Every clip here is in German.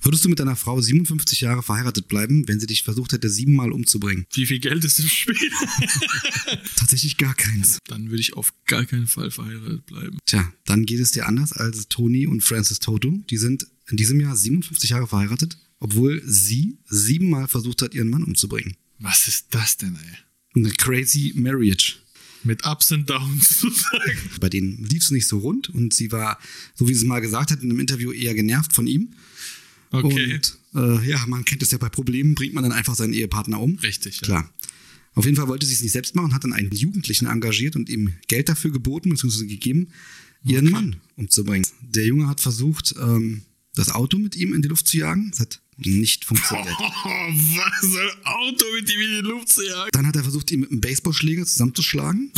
Würdest du mit deiner Frau 57 Jahre verheiratet bleiben, wenn sie dich versucht hätte, siebenmal umzubringen? Wie viel Geld ist im Spiel? Tatsächlich gar keins. Dann würde ich auf gar keinen Fall verheiratet bleiben. Tja, dann geht es dir anders als Tony und Francis Toto. Die sind in diesem Jahr 57 Jahre verheiratet, obwohl sie siebenmal versucht hat, ihren Mann umzubringen. Was ist das denn, ey? Eine crazy marriage. Mit Ups und Downs sozusagen. Bei denen lief es nicht so rund und sie war, so wie sie es mal gesagt hat in einem Interview, eher genervt von ihm. Okay. Und äh, ja, man kennt es ja bei Problemen, bringt man dann einfach seinen Ehepartner um. Richtig, ja. Klar. Auf jeden Fall wollte sie es nicht selbst machen, hat dann einen Jugendlichen engagiert und ihm Geld dafür geboten bzw. gegeben, ihren Mann umzubringen. Der Junge hat versucht, ähm, das Auto mit ihm in die Luft zu jagen. Das hat nicht funktioniert. Oh, was? Ein Auto mit dem in die Luft zu jagen? Dann hat er versucht, ihn mit einem Baseballschläger zusammenzuschlagen.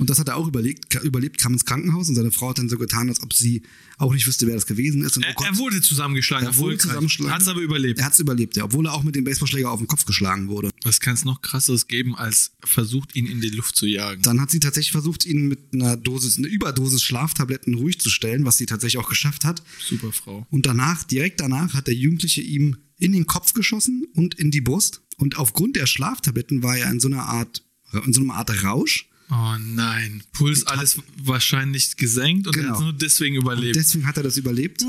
und das hat er auch überlegt, ka- überlebt, kam ins Krankenhaus und seine Frau hat dann so getan, als ob sie auch nicht wüsste, wer das gewesen ist. Und, oh Er, Gott, wurde zusammengeschlagen, Er wurde erfolgreich. zusammengeschlagen. Hat's aber überlebt. er hat es überlebt, ja, obwohl er auch mit dem Baseballschläger auf den Kopf geschlagen wurde. Was kann es noch krasseres geben, als versucht, ihn in die Luft zu jagen? Dann hat sie tatsächlich versucht, ihn mit einer Dosis, einer Überdosis Schlaftabletten ruhig zu stellen, was sie tatsächlich auch geschafft hat. Super Frau. Und danach, direkt danach, hat der Jugendliche ihm in den Kopf geschossen und in die Brust. Und aufgrund der Schlaftabletten war er in so einer Art, in so einer Art Rausch. Oh nein. Puls alles wahrscheinlich gesenkt und er Genau. hat nur deswegen überlebt. Deswegen hat er das überlebt.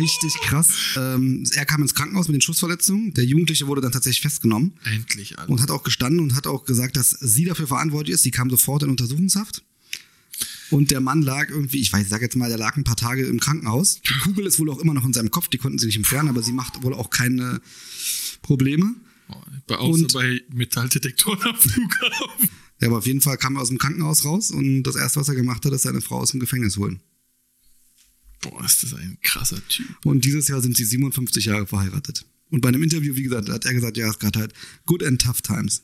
Richtig krass. Ähm, er kam ins Krankenhaus mit den Schussverletzungen. Der Jugendliche wurde dann tatsächlich festgenommen Endlich alles. und hat auch gestanden und hat auch gesagt, dass sie dafür verantwortlich ist. Sie kam sofort in Untersuchungshaft. Und der Mann lag irgendwie, ich weiß, ich sag jetzt mal, der lag ein paar Tage im Krankenhaus. Die Kugel ist wohl auch immer noch in seinem Kopf, die konnten sie nicht entfernen, aber sie macht wohl auch keine Probleme. Oh, bei, außer Und- bei Metalldetektoren am Flughafen. Ja, aber auf jeden Fall kam er aus dem Krankenhaus raus und das erste, was er gemacht hat, ist seine Frau aus dem Gefängnis holen. Boah, ist das ein krasser Typ. Und dieses Jahr sind sie 57 Jahre verheiratet. Und bei einem Interview, wie gesagt, hat er gesagt, ja, es gab halt good and tough times.